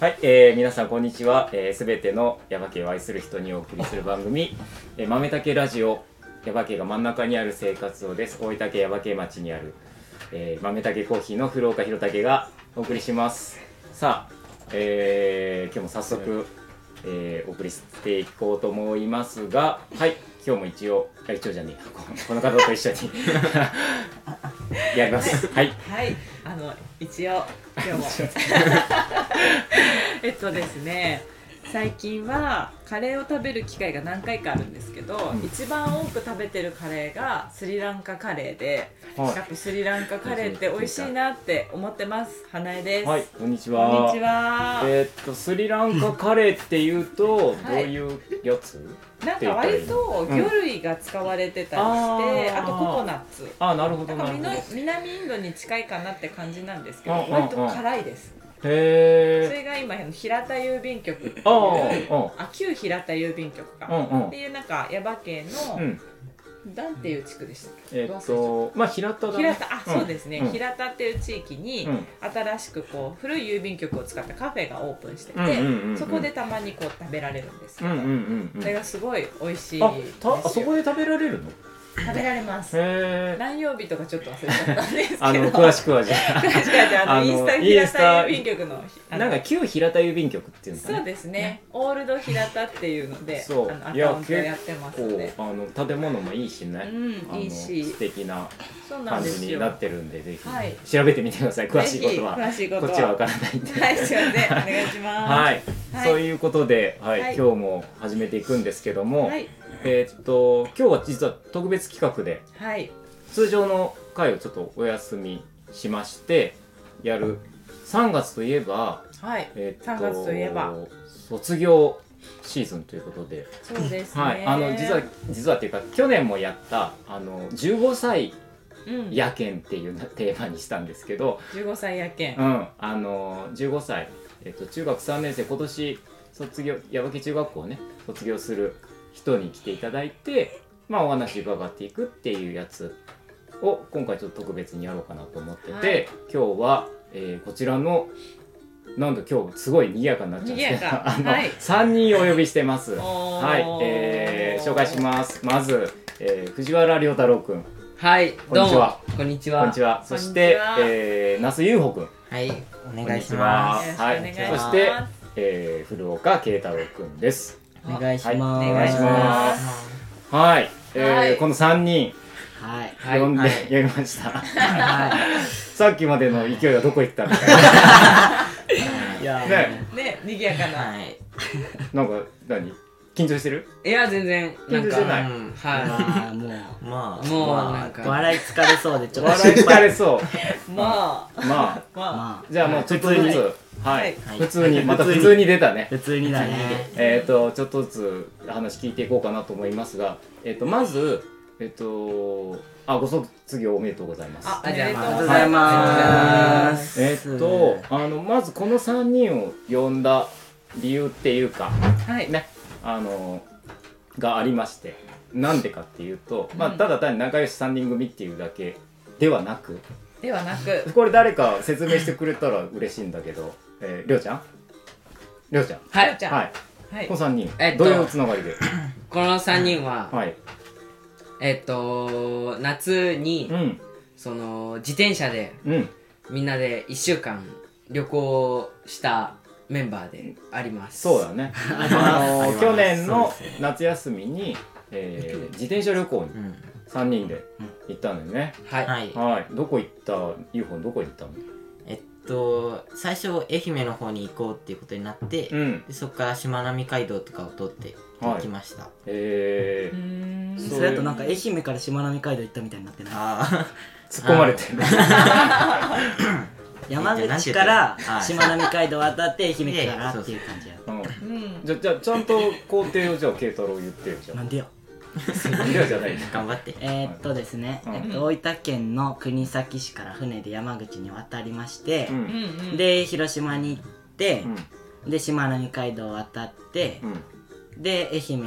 はい、えー、皆さんこんにちは。す、えー、べ、てのヤバ系を愛する人にお送りする番組、えー、豆たけラジオ、ヤバ系が真ん中にある生活をです。大分県ヤバ系町にある、えー、豆たけコーヒーの古岡弘武がお送りします。さあ、えー、今日も早速、えー、お送りしていこうと思いますが、はい、今日も一応、あ一応じゃねえここの方と一緒に やります。はい。はい、あの一応 今日もえっとですね、最近はカレーを食べる機会が何回かあるんですけど、うん一番多く食べてるカレーがスリランカカレーで、はいやっぱスリランカカレーって美味しいなって思ってます。花江です。はい、こんにちは。こんにちは。えーっとスリランカカレーっていうとどうはいいうやつ、なんか割と魚類が使われてたりして、うんあとココナッツ。あなるほなどんかなるほど南へ南インドに近いかなって感じなんですけど、うんうんうん割と辛いです。そえれが今平田郵便局っていうあああ旧平田郵便局か、うんうんっていうなんか耶馬系の、うんうんなんていう地区でしたっけえーっとまあ平田だ、ね、平田あ、んそうですね、うん平田っていう地域に、うん新しくこう古い郵便局を使ったカフェがオープンしてて、うんうんうんうんそこでたまにこう食べられるんですけうんど、うんうんうんそれがすごい美味しいあですたよあそこで食べられるのへ食べられますえ何曜日とかちょっと忘れちゃったんですけどあの詳 しくはじゃ詳しくはじゃああのあのインスタイン平ス田タ郵便局のああのなんか旧平田郵便局っていうのかなそうですねオールド平田っていうのであそのうアいやカウントやってますのでこうあの建物もいいしね、うんあのいいし素敵なそうなん感でじすによなってるんでぜひ、はい調べてみてください詳しいことはぜひ詳しいことこはっちはわからないんではい、すいません、お願いします。はい、はいそういうことで、はいはい今日も始めていくんですけども、はい、えーっと今日は実は特別企画ではい、通常の回をちょっとお休みしましてやる3月といえば、はい、えーっ3月といえば卒業シーズンということで、そうですね。はい、あの実は、実はというか去年もやったあの15歳うん、夜券っていうなテーマにしたんですけど、 15歳やけん。うはん、あの15歳、えっと、中学3年生今年卒業矢吹中学校をね卒業する人に来ていただいて、まあ、お話伺っていくっていうやつを今回ちょっと特別にやろうかなと思ってて、はい今日は、えーこちらのなんと今日すごい賑やかになっちゃうんですけ賑やどか あの、はい3人お呼びしてます。おーはい、えー紹介します。まず、えー藤原良太郎くん、はい、こんどにうちはも。こんにちこんはにち。は。そしこんてにちは、えー、那須雄北くん。はい、お願いしまよろしくおは願いいします。そしてえー、古岡慶太郎くんです。す。お願いします。はいお願いしますはい、えーはいこの三人はい、はい、呼んで、はいやりました。は さっきまでの勢いはどこ行 ったみたいな。い。いやねね、賑やかな。はい。なんか何緊張してる？いや全然なん緊張してなかいうんはまあ、もう。まあもうなんか笑い疲れそうで、ちょっと。笑い 疲れそう。 いまあ、まあまあ、まあ、じゃあもうちょっとずつ、はい、はいはい普通にまた普普通に通に出たね。普通にだね。えー、とちょっとずつ話聞いていこうかなと思いますが、えー、とまず、えっとあご卒業おめでとうございます。あ、あおめじゃあでとありうごがとうござざいいま。ますす。えっとあのまずこの3人を呼んだ理由っていうかはい、ねあのがありましてなんでかっていうと、まあ、うんただ単に仲良し3人組っていうだけではなくではなく、これ誰か説明してくれたら嬉しいんだけど、えー、りょうちゃんりょうちゃんはいりょうちゃんはいはいこの、3人、えっとどういうつながりでこの3人は、はいえっと夏にうんその自転車でうんみんなで1週間旅行したメンバーでありますそうだねあの去年の夏休みに、えー自転車旅行にうん。 3人で行ったんだよね、はい、はい。はい、どこ行った、ユーフォンどこ行ったの。えっと、最初、愛媛の方に行こうっていうことになって、ん、でそこからしまなみ海道とかを通って行きました。えうーー、んそうそれだとなんか愛媛からしまなみ海道行ったみたいになってないあ突っ込まれてる。山いいじゃんなんて口言ったかららはいしまなみ海道渡って愛媛からっていう感じやうんうん、じゃ、じゃ、ちゃんと工程をじゃあ、慶太郎言ってよ、じゃなんでよあ。いや、じゃない。あ、頑張って。えー、っとですね、うんえっと、大分県の国東市から船で山口に渡りましてう、、うんん、うん、で広島に行ってう、ん、でしまなみ海道渡ってう、ん、で愛媛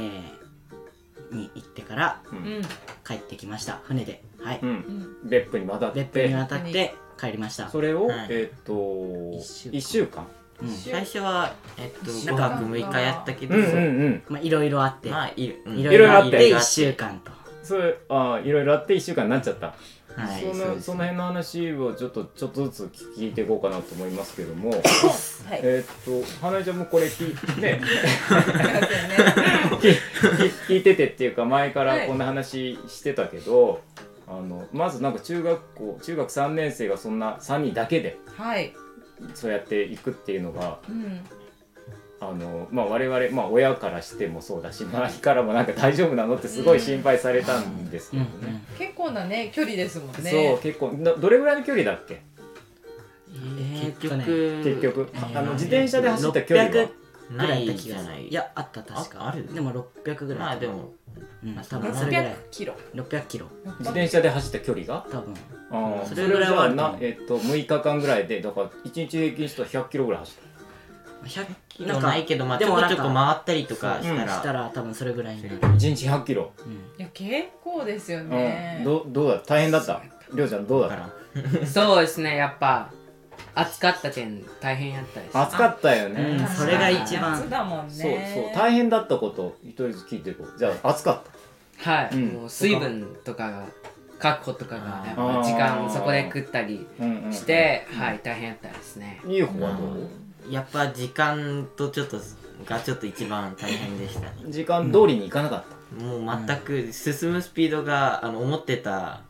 に行ってからう、うんん、帰ってきました船ではい、う、うんん、別府に渡っ別府にて。渡って帰りましたそれを、はいえーっと、一週間一週間。うん最初は、えっと、な5んか泊6日やったけうど、んうんうんまあいろいろあって、まあい,、うん、いいろいろあってで1週間とそうあーいろいろあって1週間になっちゃった、はいそそうのですその辺の話をちょっとちょっとずつ聞いていこうかなと思いますけどもはいえーっと花江ちゃんもこれ聞い,、ね、ね聞聞い ててっていうか前かはらいこんな話してたけど、あのまずなんか中学校中学3年生がそんな3人だけではい、そうやっていくっていうのがうん、あの、まあ、我々、まあ、親からしてもそうだし周りからもなんか大丈夫なのってすごい心配されたんですけうんどうね。ん結構なね距離ですもんねそう結構などれぐらいの距離だっけ結えーっ局と結局、えーあの自転車で走った距離は600ぐならいいあった気じがゃすなるいいやあった確かああるでも600ぐらいまあでもうんまあ多分それぐらい600キロ600キロ自転車で走った距離が多分ああそそれれぐぐららいいはあはると思うな、えっと6日間ぐらいでだから1日平均したら100キロぐらい走っ100ななんんかかないけどまあでちょもこなんちかょこ回ったりとかしうんしたたら、ら多分それぐらいになる、た1日100キロ、うんいや結構ですようねん、どどうだ大変だったりょうちゃんどうだだかっらそうですねやっぱ暑かったけん大変やったですた暑かったようねん、それが一番夏だもんねそうそう大変だったこと一人ずつ聞いていこうじゃあ暑かったはい、うんもう水分とかが確保とかがやっあーぱ時間そこで食ったりうんうんして、はい大変やったですねいい方はどう、やっぱ時間とちょっとがちょっと一番大変でしたね時間通りに行かなかった、もう全く進むスピードがあの思ってた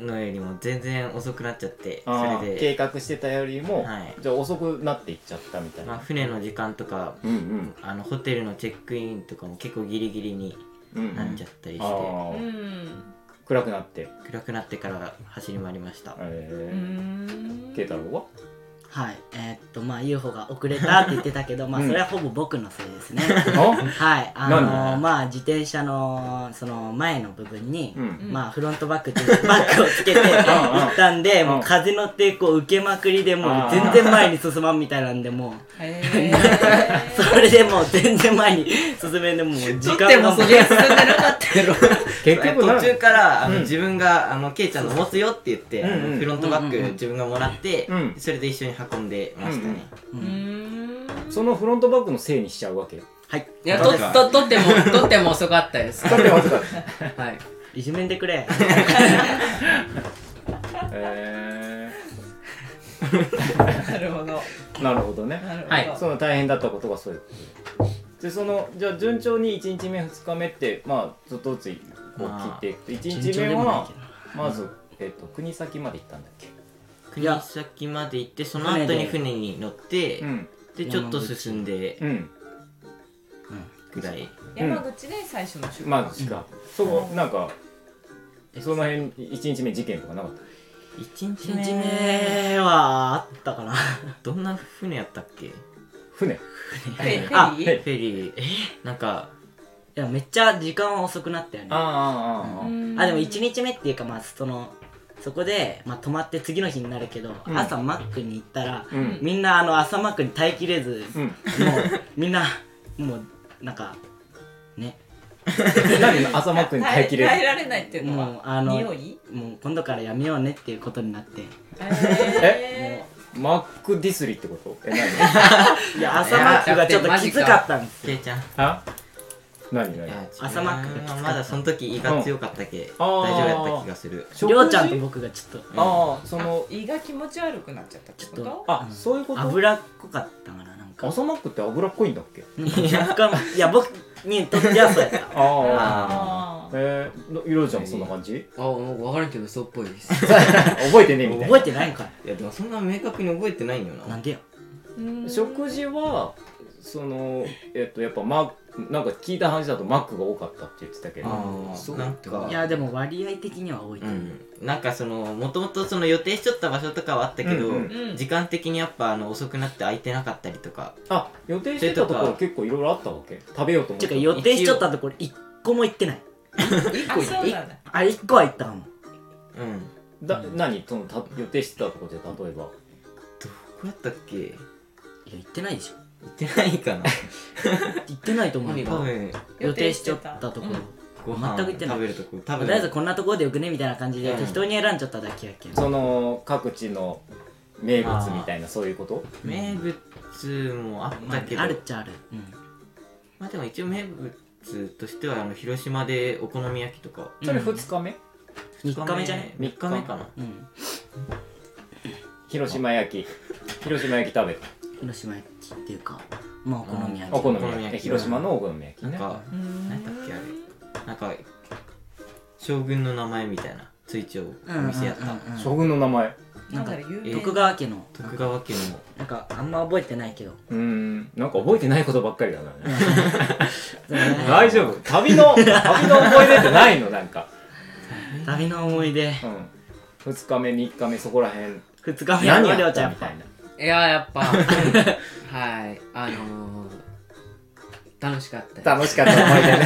のよりも全然遅くなっちゃってあそあれ計で、画してたよりも、はいじゃあ遅くなっていっちゃったみたいな、まあ、船の時間とかうんあのホテルのチェックインとかも結構ギリギリにうんうんなっちゃったりして、あうーん暗くなって暗くなってから走り回りました、うえーん慶太郎ははいえーっとまあ UFO が遅れたって言ってたけどまあうんそれはほぼ僕のせいですねあはいあなんのでまあ自転車のその前の部分に、うんんまあフロントバックっていうバックをつけて行ったんでもう風の抵抗を受けまくりでもう全然前に進まんみたいなんでもうへそれでもう全然前に進めんでもう時と間ってがももそうりゃ進んでなかったやろ結局な途中からあの、うん自分があのケイちゃんの持つよって言って、うんうんあのフロントバッうんうんうんグ自分がもらって、うんそれで一緒に運んでましたね、ううんんそのフロントバッグのせいにしちゃうわけはいいやとととってもとっても遅かったですだってわずかはいいじめんでくれえなるほどなー、なるほどねるほどはいその大変だったことがそういうことでそのじゃあ順調に1日目2日目ってまあずっとずつこう聞いていくと1日目はまず、えっと国先まで行ったんだっけい国や先まで行ってその後に船に乗って、んでちょっと進んでうんぐらい山口で最初の出発まずしか、そこなんかその辺1日目事件とかなかった一日1日目目はあったかな どんな船やったっけ船フェリーあフェリフーェリーえなんかいやめっちゃ時間は遅くなったよねああああうんあでも1日目っていうかまあそのそこで、まあ、泊まって次の日になるけど、うん朝マックに行ったら、うんみんなあの朝マックに耐えきれず、うもんうみんなもうなんかね何朝マックに耐えきれる耐えられないっていうのはもうあの匂いもう今度からやめようねっていうことになってえマックディスリってこと え何いや朝マックがちょっときつかったんですケイちゃんいあ何何や朝マックがきつかったまだその時胃が強かったけ、大丈夫やった気がする食事りょうちゃんと僕がちょっとああそーのあ胃が気持ち悪くなっちゃったってこちょとあそういうこと脂っこかったかななんか朝マックって脂っこいんだっけなんか若干いや僕にとってはそうやったあああーえー、のいろちゃんもそんな感じあもう分からんけど嘘っぽいです 覚えてねえみたい覚えてないんかい いやでもそんな明確に覚えてないんよななんでようんな食事はそのえっとやっぱマックなんか聞いた話だとマックが多かったって言ってたけどあうーんそうなんいかやでも割合的には多いうと思うんなんかそのもともとその予定しとった場所とかはあったけど、うんうんうん時間的にやっぱあの遅くなって空いてなかったりとかあ予定してたところ結構いろいろあったわけ食べようと思てっかて予定しとったところ一個も行ってない一あ個そうなんだあ一個は行ったかもうんだ何そのた予定してたところで例えばどこやったっけいや行ってないでしょ行ってないかな行ってないと思う何よが多分予定しちゃったところ、ご飯全く行ってない食べるとこ多と分りあえずこんなところでよくねみたいな感じでうん適当に選んじゃっただけやけん、その各地の名物みたいなそういうこと名物もあったまけど、あ、あるっちゃある、まあでも一応名物としてはあの広島でお好み焼きとかそれ2日目うん、3日目じゃね3日目かなうん広島焼き広島焼き食べた広島焼きっていうかまあお好み焼き、お好みお好焼みき焼えき広島のお好み焼きなんねか、うんなんだっけあれなんか将軍の名前みたいな追徴うんお店やった、うんうんうん将軍の名前なんなんだかろう有名な徳川家の徳川家のなんかあんま覚えてないけどうーんなんか覚えてないことばっかりだからね大大丈夫旅の旅の思い出ってないのなんか旅の思い出うん2日目3日目そこらへん2日目何のりょやうっちゃたみたんやっぱいなやーやっぱはいあのー、楽しかったです楽しかった思い出ね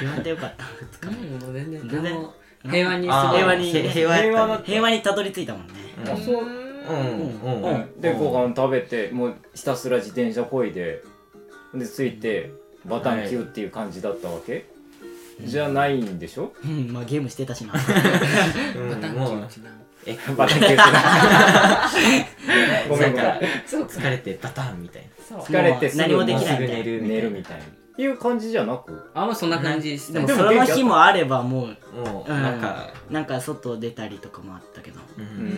言われてよかったうんもう全然全然何も平和に過あーご平和にへ平和やった、ね、平和にたどり着いたもんねうあんそううんうんううんん、でご飯食べてもうひたすら自転車こいでで着いてバタンキューっていう感じだったわけ、じゃないんでしょうんまあゲームしてたしなうまんたもう気持ちなバタンキューってごめなんんごめかんそうか疲れてバタンみたいそう疲れてすぐもう何ももできなういすぐなみすたぐい寝る みた寝いるなみたいないう感じじゃなくあんまそんな感じしたでもでもその日もあればもうもううんなんか、なんか外出たりとかもあったけどうんううん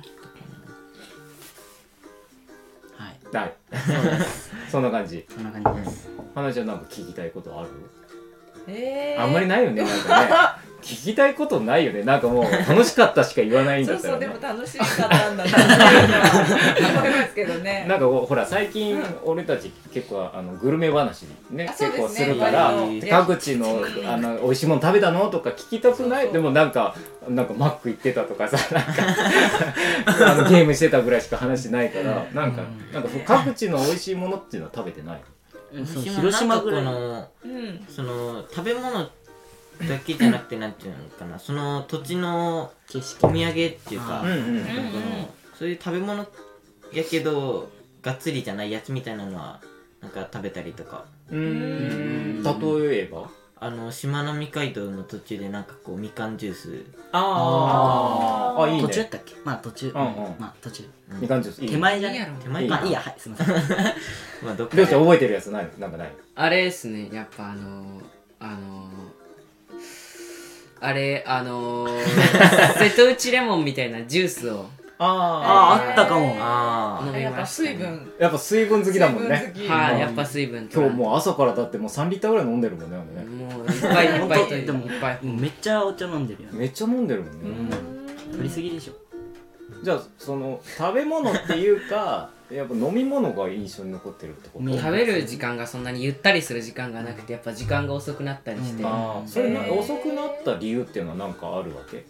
んはいだ そんな感じそんな感じです花ちゃんなんか聞きたいことある、えーあんまりないよねなんかね聞きたいことないよねなんかもう楽しかったしか言わないんそだうったそら、うでねも、楽しかったんだなって いうのは思いますけどねなんかこうほら最近うん俺たち結構あのグルメ話ねあそう結ですね構するから割と各地のうんあの美味しいもの食べたのとか聞きたくなそうそいうでもなんかなんかマック行ってたとかさ なんかあのゲームしてたぐらいしか話ないからなんかうんなんかそう各地の美味しいものっていうのは食べてないうんそう広広島島こぐらいのうんその食べ物だけじゃなくてなんていうのかなその土地の景お土色産っていうか、あーうんうんなんかこうんうんのそういう食べ物やけどがっつりじゃないやつみたいなのはなんか食べたりとかうーん例えばあのしまなみ海道の途中でなんかこうみかんジュースあーあいい途中やねったっけまあ途中んうんまあ途中みかんジュースいい手ね前じゃいいやろね手前かまなあいいやはいすいませんまあどっかりょうちゃでん覚えてるやつないなんかないあれですねやっぱあのー、あのー、あれあのー、瀬戸内レモンみたいなジュースをああーあったかもあ飲みやっぱました、ね、水分やっぱ水分好きだもんね水分好きはい、やっぱ水分今日もう朝からだってもう3リッターぐらい飲んでるもんねあのうねもういっぱいいっぱいといでもっぱいめっちゃお茶飲んでるよねめっちゃ飲んでるもんね、取りすぎでしょじゃあその食べ物っていうか やっぱ飲み物が印象に残ってるってこと、ね食べる時間がそんなにゆったりする時間がなくてやっぱ時間が遅くなったりして、うんあああそれなへー遅くなった理由っていうのは何かあるわけ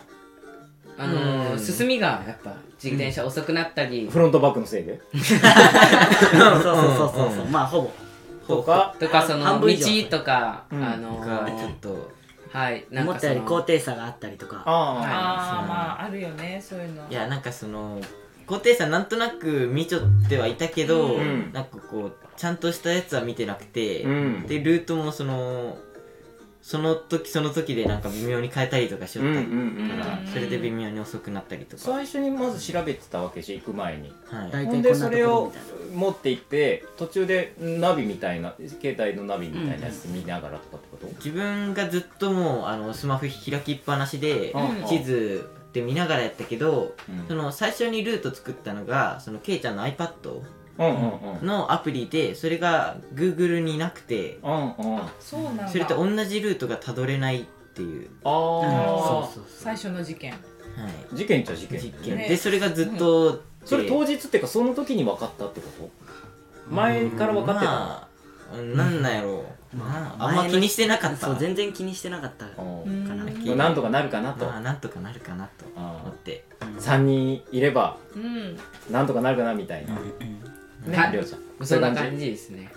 のーうん進みがやっぱ自転車遅くなったりフロントバックのせいでそうそうそうそうそうまあほぼとかとかその半道分以上とか、うんあのがーちょっとはいなん思っかそたより高の低差があったりとかああそあうまああるよねそういうのいやなんかその高低差なんとなく見ちょってはいたけど、うんなんかこうちゃんとしたやつは見てなくて、あうんでルートもそのその時その時でなんか微妙に変えたりとかしようんうんうったりんから、うんそれで微妙に遅くなったりとか、最初にまず調べてたわけじゃん行く前にはい、大ほん体でこんそなとこれろみをたいな持って行って途中でナビみたいな携帯のナビみたいなやつ見ながらとかってこと、自分がずっともうあのスマホ開きっぱなしでうん地図で見ながらやったけどうんその最初にルート作ったのがそのケイちゃんの iPad うんうんうんのアプリでそれが Google になくてうんうんあそうなんだそれと同じルートがたどれないっていう、あそうそうそう最初の事件は事件っちゃ事件い、だ実よね験、ねでそれがずっと、それで当日っていうかその時に分かったってこと前から分かってたの、まあなんなんやろう、まあ、あんま前の気にしてなかったそう全然気にしてなかったうかんうんなうんまあなんとかなるかなと、まあなんとかなるかなと思って3人いればうんなんとかなるかなみたいな、ねはいりょうちゃんそんな感じですね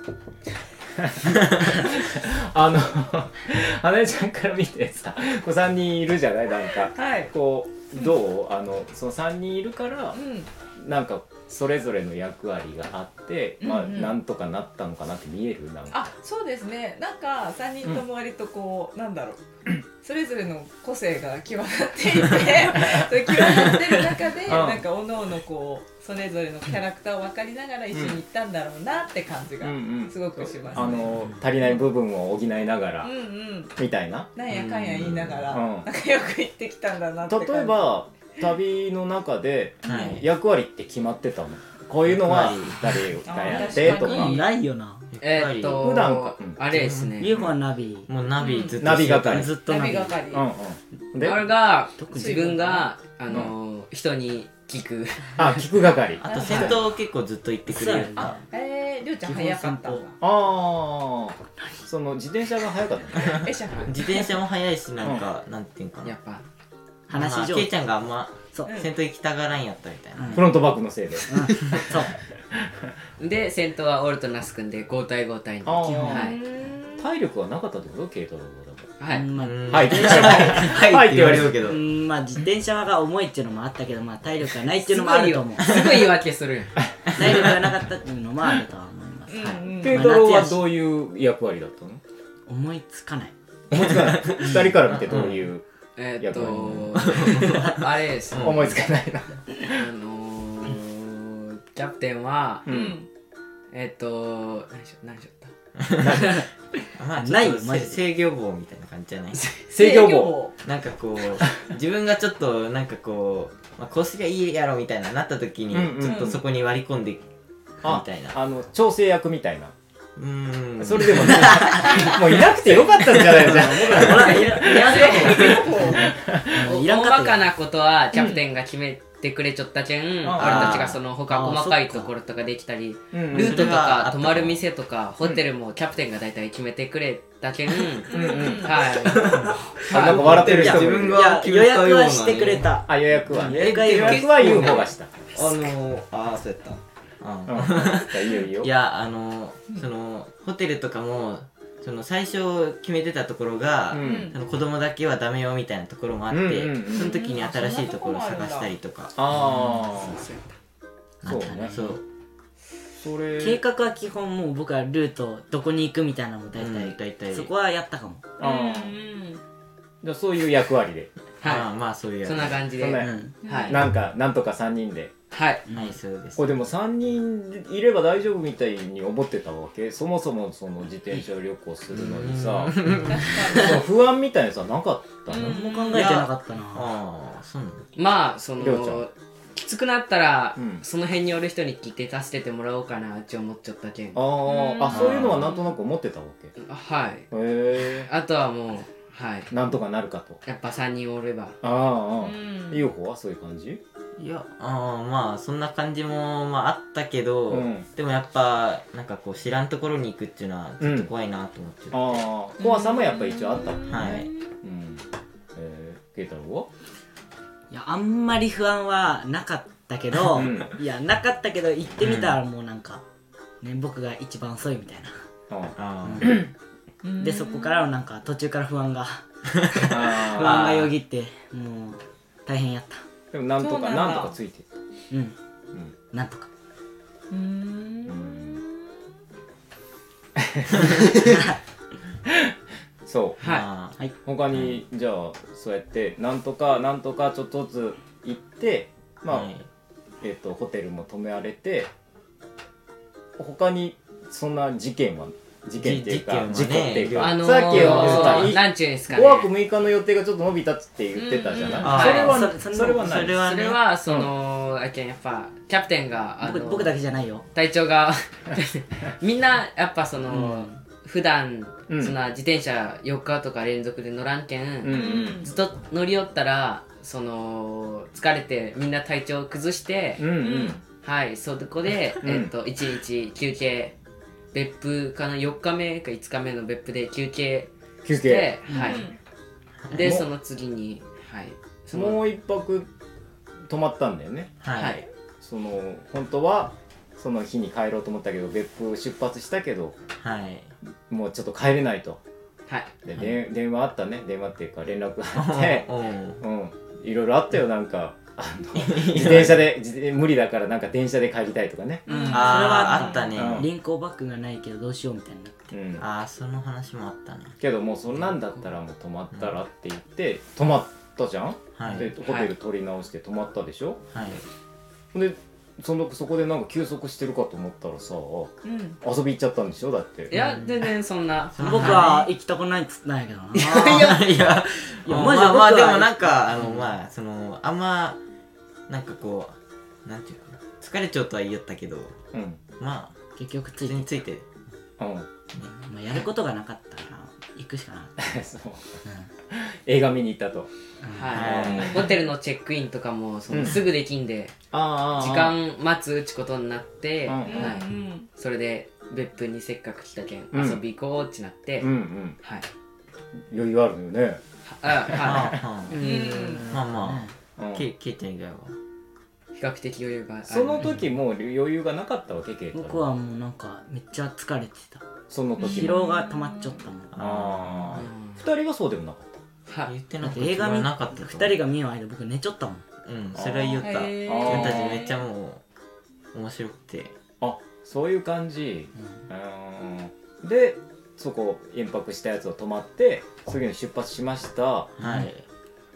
あの 花江ちゃんから見てさこう3人いるじゃないなんかはいこうどうあのその3人いるからうんなんかそれぞれの役割があって、まあうんうんなんとかなったのかなって見えるなんかあそうですねなんか3人とも割とこう、なんだろうそれぞれの個性が際立ってい てそれ際立ってる中で、んなんかおのおのこうそれぞれのキャラクターを分かりながら一緒に行ったんだろうなって感じがすごくしますあね。の足りない部分を補いながらうんうんみたいななんやかんや言いながら、うんなんかよく行ってきたんだなって感じ例えば旅の中ではい役割って決まってたのこういうのは役誰がやってとあ確かかにないよなえーっと普段かうんあれですね UFO はナビもうナビずっとナビ係ずっとナナビビ係、うんうんであれが特に自分があのー人に聞くあ聞く係あと戦闘結構ずっと行ってくれるんだあえー、りょうちゃん早かったんだああその自転車が速かったねえしゃ自転車も速いしなんか、なんていうんかやなっぱ話し上けい手ちゃんがあんまそううん戦闘行きたがらんやったみたいな、フロントバックのせいでそうで先頭はオルとナス君で交代交代にあーはういーん体力はなかったってこと慶太郎ははういんまあうんはい自転車もはいって言われるけどうんまあ自転車が重いっていうのもあったけどまあ体力がないっていうのもあると思うすごいよすごい言い訳するよ体力がなかったっていうのもあるとは思います、はいうんうん慶太郎はどういう役割だったの思いつかない二人から見てどういうえーっとあれですね思いつかないなあのーキャプテンはううんんえーっと何しよ何しよったまあちょっとないよせマジで制御棒みたいな感じじゃない制御棒なんかこう自分がちょっとなんかこう、まあ、こうすりゃいいやろみたいななった時に、うんうんちょっとそこに割り込んでみたいなあの調整役みたいなうーんそれでもねもういなくてよかったんじゃないですかほらいらいらん制御棒かおもいらん大かまったかよなことはキャプテンが決めてくれちょったけん、俺あたちがその他あー細かいそっかところとかできたりうんうんルートとそれはあかった泊まる店とかホテルもキャプテンが大体決めてくれたけん、うんうんはあなんか笑ってるいや人もい自分るがいや予約はしてくれたあ予約は予約は予約は UFO がしたあのああそうやったあうんー、いいよいいよいやあのそのホテルとかもその最初決めてたところが、うんその子供だけはダメよみたいなところもあって、うんうんうんその時に新しいところを探したりとか、ああそうあねそうそれ計画は基本もう僕はルートどこに行くみたいなのも大うん体、大体そこはやったかもあうーんじゃあそういう役割でい、まはあまあそういうい、やつそんな感じでそんなはういんはいなんかなんとか3人ではいそうですこれでも3人いれば大丈夫みたいに思ってたわけそもそもその自転車旅行するのにさうんその不安みたいなさなかったのうん何も考えてなかったなああそうなのまあそりょうちゃのきつくなったら、うんその辺におる人に聞いて助けてもらおうかなって思っちゃったけんああーあそういうのはなんとなく思ってたわけへはいえあとはもうはいなんとかなるかとやっぱ3人おればああああうん UFO はそういう感じいやあーまあそんな感じも、まあ、あったけど、うんでもやっぱなんかこう知らんところに行くっていうのはちょっと怖いなと思って、うああ怖さもやっぱ一応あったうんはいえー慶太郎いやあんまり不安はなかったけど、うんいやなかったけど行ってみたらもうなんか、ね、僕が一番遅いみたいなはああーうんでそこからはなんか途中から不安があ不ー安がよぎってもう大変やった でもなんとそうなかんだなんとかついてったうんうんなんとかうーん そうはいまあ他にじゃあそうやってなんとかなんとかちょっとずつ行ってまあ、はいえっとホテルも泊められて他にそんな事件は事件っていうか事じ事件故っはねていうか、あのー、さっき言った何ちゅうんですか5ね泊6日の予定がちょっと伸びたっつって言ってたじゃない、うんうんそれは、はいそれはないそれはそねれはその、あけんやっぱキャプテンがあの僕僕だけじゃないよ体調が みんなやっぱその、普段うんそんな自転車4日とか連続で乗らんけん、うんずっと乗り寄ったらその疲れてみんな体調を崩して、うんうんはいそこで、うんえっと1日休憩別府かな4日目か5日目の別府で休憩休して憩、はい、うでんその次にはいそのもう一泊泊まったんだよねはい、はいその本当はその日に帰ろうと思ったけど別府出発したけどはいもうちょっと帰れないとはいで、で電話あったね電話っていうか連絡あっはいて、おうおう うん、いろいろあったよなんかあの自転車で自無理だからなんか電車で帰りたいとかね、うんああーあったね、うん輪行バッグがないけどどうしようみたいになってうん、ああその話もあったねけどもうそんなんだったらもう泊まったらって言って泊まったじゃん、はいでホテル取り直して泊まったでしょ、はいでそのそこでなんか休息してるかと思ったらさうん遊び行っちゃったんでしょだっていや全然そんなその僕は行きたくないっつったんやけどな いやいやまあマジでまあま僕はあでもなんかあのまあそのあんまなんかこうなんていうかな疲れちゃうとは言いよったけどうん まあ結局普つ通いてねについてうんまあやることがなかったから行くしかなかっそう映画見に行ったとはいうんホテルのチェックインとかもそうんのすぐできんであ時間待つ打ちことになってうんはいうんそれで別府にせっかく来たけんうん遊び行こうってなってうんうんはい余裕あるのよねあはまあいうんうんまあまうんあけケイちゃん以外は比較的余裕があるその時もう余裕がなかったわけけた僕はもうなんかめっちゃ疲れてたその時疲も労が溜まっちゃったもんああうん二人はそうでもなかったはい言ってだなっかてった映画見なかったと2人が見よう間僕寝ちゃったもんうんそれは言いよった自へーあー分たちめっちゃもう面白くてあそういう感じうんでそこ延泊したやつを泊まって次の日出発しましたはい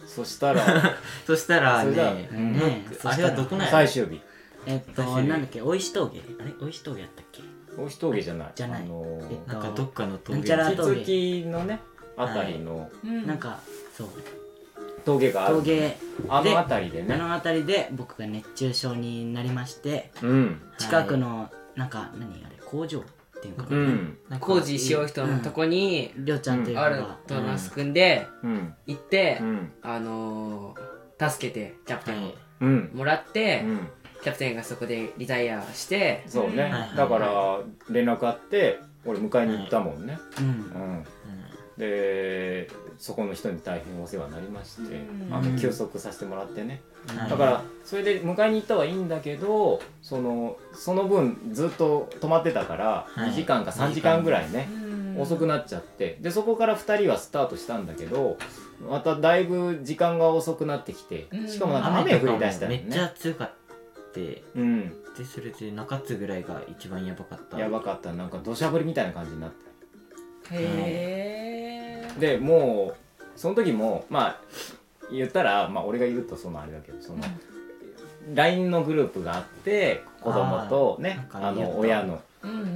そした らそしたらそれだねうんねえあれはどこない最終日えっと最な終ん日だっけおいし峠あれおいし峠やったっけおひとげじゃないじゃないあのーえなんかどっかのなんちゃらキとツキのねあたりのうんなんかそう峠がある峠あのあたりであねの辺りで僕が熱中症になりましてうん近くのなんか何あれ工場っていうのかうなん工事しよう人のとこにりょうちゃんっていう子あるがとナス組んでうん行ってうんあのー助けてキャプテンをうんもらってうんキャプテンがそこでリタイアしてそうねはいだから連絡あって俺迎えに行ったもんねうんうんうでそこの人に大変お世話になりましてうんあの休息させてもらってねんはいだからそれで迎えに行ったはいいんだけどそのその分ずっと泊まってたからはい2時間か3時間ぐらいねうん遅くなっちゃってでそこから2人はスタートしたんだけどまただいぶ時間が遅くなってきてうんしかもなんか雨降り出したよめねっちゃ強かってうんでそれで中津ぐらいが一番やばかったやばかったなんか土砂降りみたいな感じになってへえでもうその時もまあ言ったら、まあ、俺が言うとそのあれだけどその LINE のグループがあって子供とねあーあなんか言ったの親の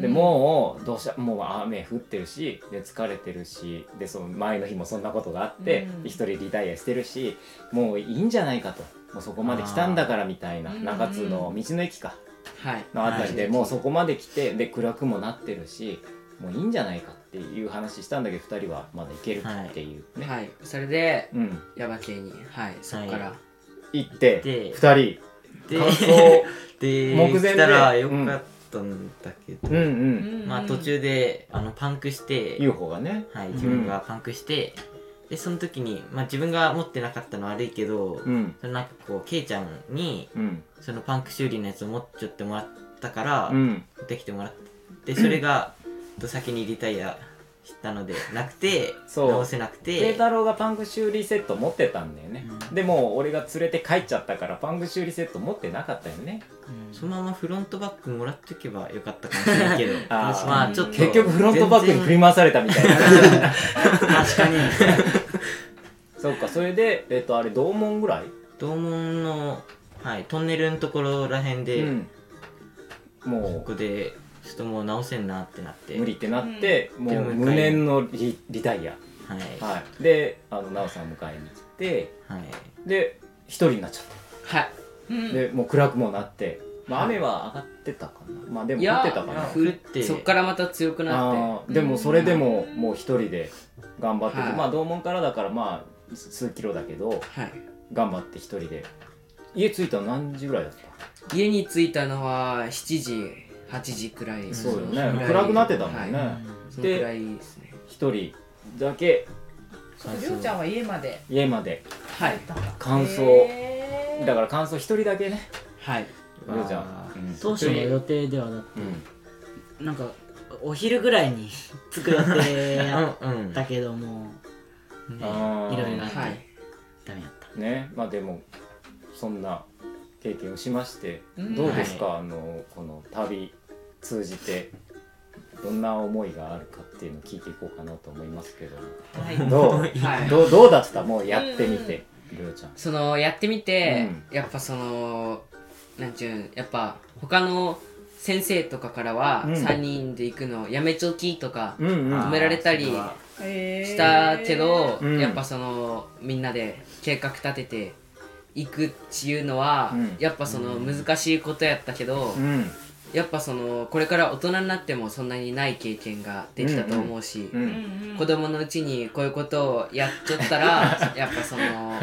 でもうどうしもう雨降ってるしで疲れてるしでその前の日もそんなことがあってうんで一、人リタイアしてるしもういいんじゃないかともうそこまで来たんだからみたいなあー中津の道の駅かはいのあたりではいもうそこまで来てで暗くもなってるしもういいんじゃないかっていう話したんだけど2人はまだ行けるっていうね、はいそれでうん、ヤバ系にはいそこから行って2で人で感想 で目前で来たらよかったんだけど、うんうんまあ途中であのパンクして、 UFO がねはい、ん自分がパンクして、でその時に、まあ、自分が持ってなかったのは悪いけど、うんそのなんかこうケイちゃんにうんそのパンク修理のやつを持っちゃってもらったから、うんできてもらってそれが、と先にリタイアしたのでなくてそう直せなく慶て太郎がパンク修理セット持ってたんだよね、でも俺が連れて帰っちゃったからパンク修理セット持ってなかったよねうんそのままフロントバックもらっとけばよかったかもしれないけど あーまあちょっと結局フロントバックに振り回されたみたいな 確かにそっかそれでえっとあれ同門ぐらい道門の、はい、トンネルのところらへんで、うんこもこでちょっともう直せんなってなっうて無理ってなって、もうで迎え無念のリリタイア、はいはい、であの奈緒さん迎えに来てはいで一人になっちゃっはいたでもう暗くもなって、まあ、雨は上がってたかなまあでもい降やってたかな降ってそっからまた強くなっあーでもそれでももう一人で頑張ってて、はいまあ同門からだからまあ数キロだけどてはい頑張って一人で家着いたの何時ぐらいだった家に着いたのは7時8時くらい、そうのくよらねい暗くなってたもんねはいうんそのくらいですね一人だけりょうちゃんは家まで家まではい乾燥燥だから乾燥一人だけねはいりょうちゃん、うん当初の予定ではだっうんてなんかお昼ぐらいに着く予定やっうんうんたけどもねあーいろいろあってはいダメやったねまあでもそんな経験をしまして、うんどうですか、あのこの旅通じてどんな思いがあるかっていうのを聞いていこうかなと思いますけどはいどうはいどうどうだったもうやってみて、りょうちゃん。そのやってみて、やっぱそのなんちゅうんやっぱ他の先生とかからは、うん3人で行くのやめちょきとかうんうん褒められたりへーしたけど、うんやっぱそのみんなで計画立てて行くっていうのは、うんやっぱその難しいことやったけど、うんやっぱそのこれから大人になってもそんなにない経験ができたと思うし、ううんんうん子供のうちにこういうことをやっちゃっ たらやっぱその。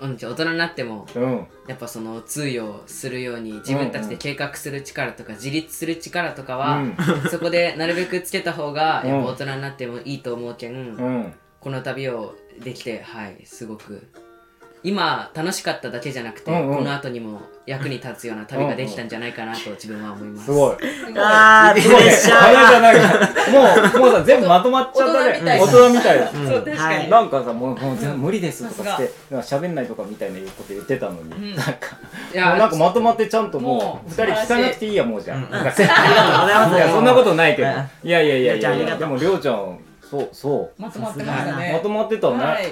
うん、大人になってもうんやっぱその通用するように自分たちで計画する力とか自立する力とかは、うんそこでなるべくつけた方がうんやっぱ大人になってもいいと思うけん、うんこの旅をできてはいすごく今楽しかっただけじゃなくて、うんうんこの後にも役に立つような旅ができたんじゃないかなと自分は思います。すごい。すごいあー、プレッシャあれじゃーが。ないもうもうさ全部まとまっちゃったね。大大人人みたいだ。そう確かに、なんかさもうもう全部無理ですとかさしすてなんか喋んないとかみたいなこと言ってたのに、んなんかいもうやなんかまとまってちゃんとももうう二人聞かなくていいやもうじゃん。うんなんかせいありがとうございます。やそんなことないけど。うんいやいやいやいりょうちゃんあやいりがとやうでもりょうちゃんそうそう。まとまってましたねまとまってたね。はい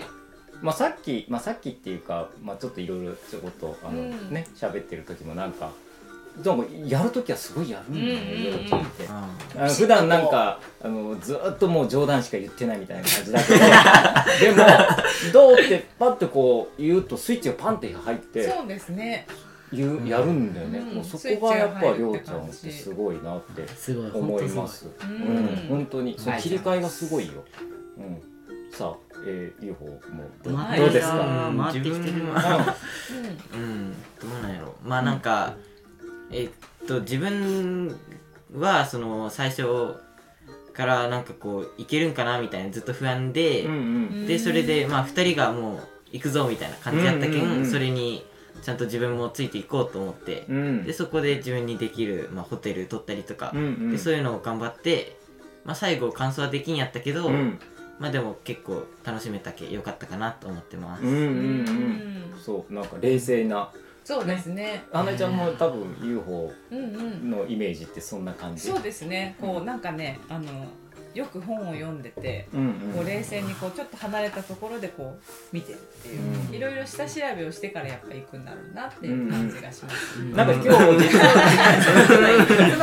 まあ、さっき、まあ、さっきっていうか、まあ、ちょっといろいろちょこっとあの、うんね喋ってる時もなんかなんかやる時はすごいやるんだねうんうんうんヨロちゃんって。うんあの普段なんかあのずーっともう冗談しか言ってないみたいな感じだけどでもどうってパッてこう言うとスイッチがパンって入ってそうですね言うやるんだよね、うんもうそこがやっぱりょうちゃんってスイッチが入るって感じすごいなってすごい、本思当いすごまい。す。ううんん、本当にそのはい切り替えがすごいよ。うん、さあ、えー、UFO もどうまあどうですか、うん回ってきてる自分うんはうんどうなんやろまあなんか、えっと自分はその最初からなんかこういけるんかなみたいなずっと不安で、うんうんでそれでまあ2人がもう行くぞみたいな感じだったけん,、うんうんうんそれにちゃんと自分もついていこうと思ってう、んでそこで自分にできる、まあ、ホテル取ったりとか、うんうんでそういうのを頑張って、まあ、最後完走はできんやったけど、うんまあでも結構楽しめたけよかったかなと思ってます、うんうんうんうんそうなんか冷静なそうですねあなちゃんも多分 UFO うんうんのイメージってそんな感じそうですねこうなんかねあのよく本を読んでてうんうこうん冷静にこうちょっと離れたところでこう見てるっていう、うんいろいろ下調べをしてからやっぱ行くんだろうなっていう感じがします、うんなんか今日実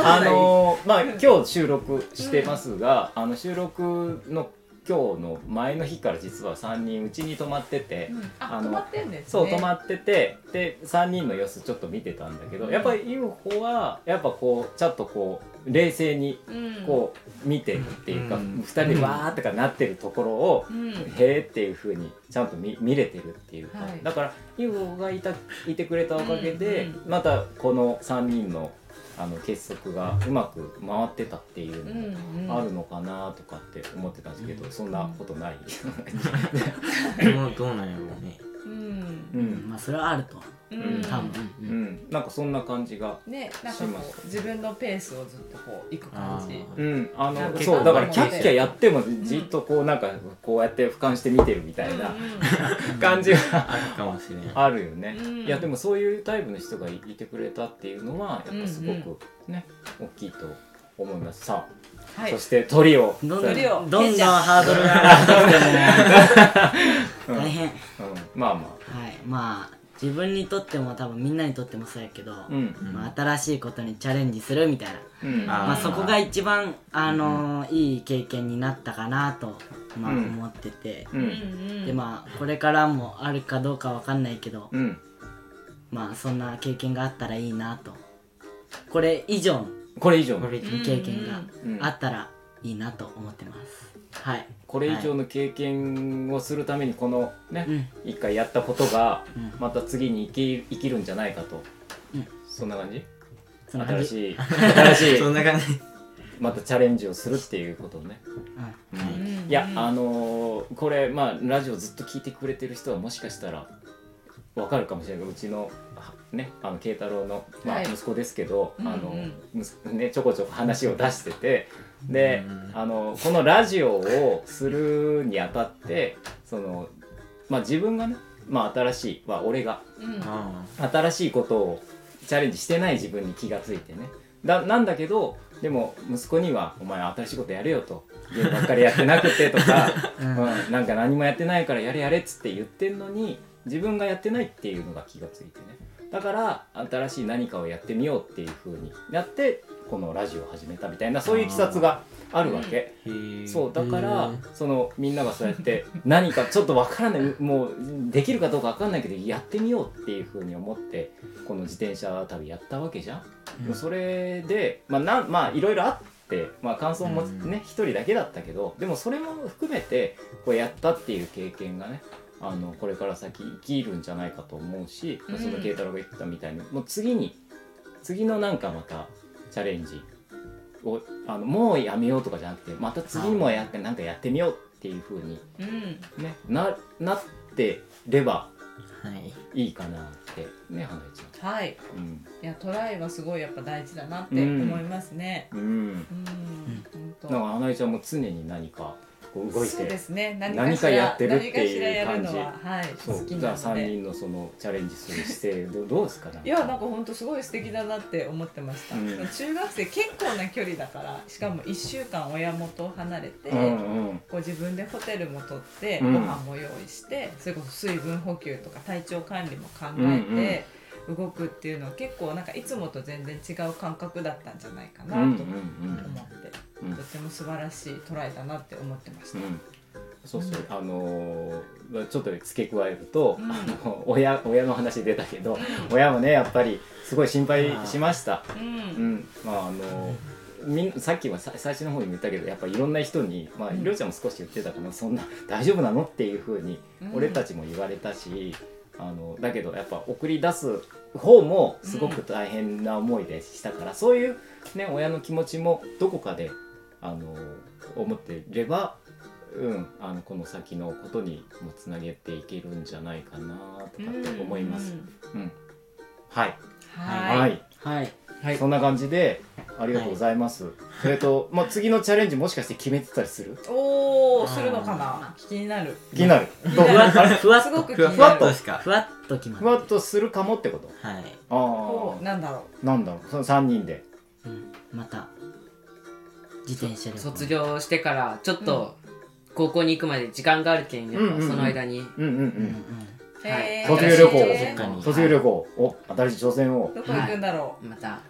はああのーまあ今日収録してますが、あの収録の今日の前の日から実は3人うちに泊まってて、ああの止まってんですねそう止まっててで3人の様子ちょっと見てたんだけどやっぱり UFO はやっぱこうちょっとこう冷静にうんこう見てるっていうか、う二ん2人でわーってかなってるところをう、ん へーっていうふうにちゃんと見見れてるっていうか、はいだから UFO がいたいてくれたおかげで、うんまたこの3人のあの結束がうまく回ってたっていううのもんうんあるのかなとかって思ってたんですけど、そんなこと ない、もうどうなんやろうねうんうんまあ、それはあると。うん多分。ううんん、なんかそんな感じがねなんかしまこすう自分のペースをずっとこう行く感じあうん、あなんのかそうだからキャッキャやってもんじっとこうなんかこうやって俯瞰して見てるみたいなう感じがあるかもしれんあるよね、うんいやでもそういうタイプの人がいてくれたっていうのはやっぱすごうんうくね、大きいと思いますさあ、んはいそしてトリオどん鳥どをんどんハードルが上がってきても、大変。うん、まあまはい、まあ自分にとっても多分みんなにとってもそうやけど、あうんまあ、新しいことにチャレンジするみたいな、うんあーまあ、そこが一番、あのーいい経験になったかなと、まあ、うん思ってて、ううんんでまあこれからもあるかどうかわかんないけど、うんまあそんな経験があったらいいなとこれ以上のこれ以上このれうん経験がうんあったらいいなと思ってます、はいこれ以上の経験をするためにこのねうん一、回やったことがうんまた次に生き生きるんじゃないかと、うんそんな感じそんな感新じしい新しい そんな感じまたチャレンジをするっていうことをね、うんはうんいいやあののーこれまあラジオずっと聞いてくれてる人はもしかしたらわかるかもしれないけどうちのはねあの慶太郎の、まあ、はい息子ですけど、あのうん息ね、ちょこちょこ話を出しててで、うんあのこのラジオをするにあたってその、まあ、自分がねまあ新しいは俺がうんあ新しいことをチャレンジしてない自分に気がついてねだなんだけどでも息子には「お前新しいことやれよ」と「ゲームばっかりやってなくて」とか、うん、なんか何もやってないからやれやれっつって言ってんのに自分がやってないっていうのが気がついてねだから新しい何かをやってみようっていう風になってこのラジオを始めたみたいなそういういきさつがあるわけ。ーへえそうだから、うんそのみんながそうや って何かちょっとわからないもうできるかどうかわかんないけどやってみようっていうふうに思ってこの自転車旅やったわけじゃん。うんそれでまあなんまあいろいろあって、まあ、感想もうんね一、人だけだったけどでもそれも含めてこうやったっていう経験がねあのこれから先生きるんじゃないかと思うし、うんその慶太郎が言ってたみたいにもう次に次のなんかまたチャレンジをあのもうやめようとかじゃなくてまた次もやってなんかやってみようっていう風にうんねななってればはいいいかなってね花江ちはいゃん。うんいやトライはすごいやっぱ大事だなって思いますね。うんうん、な本んか花江ちゃんも常に何かこう当。動いそうでて。すね。何何かやってるっていう感じ何かしらやるのははいそ好うきじゃあなの3で。人のそのチャレンジする姿勢どどうですかなんかいやなんか本当すごい素敵だなって思ってました。うん中学生結構な距離だから、しかも一週間親元を離れて。うんうんこう自分でホテルも取って、うんご飯も用意してそれこそ水分補給とか体調管理も考えて動くっていうのは結構なんかいつもと全然違う感覚だったんじゃないかなうんうんと思って、うんうんとても素晴らしいトライだなって思ってました。うんそうそう、あのーまあちょっと付け加えると、うんあの親親の話出たけど、親もねやっぱりすごい心配しました。ううんん、まああのーみんさっきはさ最初の方にも言ったけどやっぱいろんな人にまあうんりょうちゃんも少し言ってたかなそんな大丈夫なのっていう風にうん俺たちも言われたし、あのだけどやっぱ送り出す方もすごく大変な思いでしたから、そういう、ね、親の気持ちもどこかであの思ってれば、うん、あのこの先のことにもつなげていけるんじゃないかなとかって思います。うんうんはい、はい、はいはいはいそんな感じでありがとうございます。それと、まあ、次のチャレンジもしかして決めてたりするおおするのかな気になる気に なる。どうふわっあれふわっすとごく気ふわにふわなっるとしかふわっときまふわっとするかもってことはあいこうなんだろあなんだろうその3人で。す、うん、また自転車で卒業してからちょっと高校に行くまで時間があるけんやっうんうんうぱんその間にうんうんううんうんんう、はいへー卒業旅行え実家に卒業旅行を新しい挑戦をーどこ行くんだろまた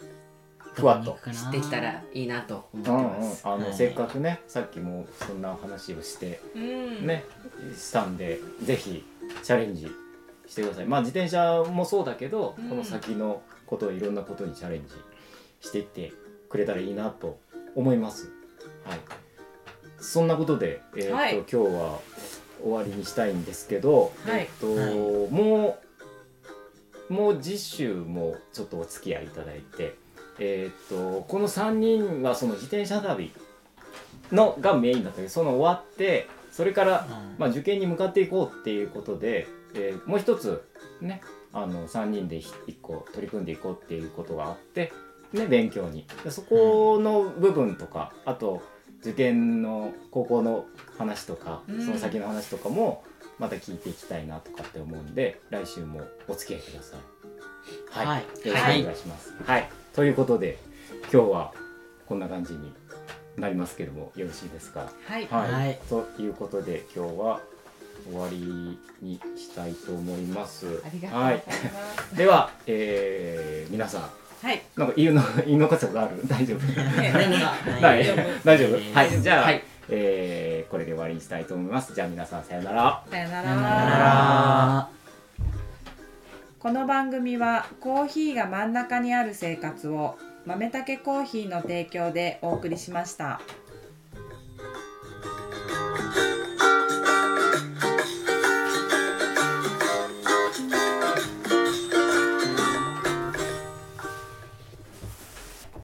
ふわっとどこに行くかなできたらいいなと思っうてんうんます。あの、はいせっかくねさっきもそんな話をしてう、うんね、したんでぜひチャレンジしてくださいまあ自転車もそうだけど、うんこの先のことをいろんなことにチャレンジしていってくれたらいいなと思いますはいそんなことで、えーとはい今日は終わりにしたいんですけど、はいえっと、もうもう次週もちょっとお付き合いいただいてえーっとこの3人はその自転車旅のがメインだったけどその終わってそれから、まあ、受験に向かっていこうっていうことで、えーもう一つねあの3人で1個取り組んでいこうっていうことがあって、ね、勉強にでそこの部分とかあと受験の高校の話とかうんその先の話とかもまた聞いていきたいなとかって思うんで来週もお付き合いください。はい、はいよろしくお願いします。はい、ということで今日はこんな感じになりますけどもよろしいですかはいはい、はいということで今日は終わりにしたいと思います。ありがとうごはざいい、ます。では、えー皆さんはい。なんか言うの 言い残したことある？ 大丈夫？ ね何 がな大い丈夫。大丈夫え？ーはい、じゃあ、はいえーこれで終わりにしたいと思います。じゃあ皆さんさよなら。さよなさよなら。らこの番組はコーヒーが真ん中にある生活を豆たけコーヒーの提供でお送りしました。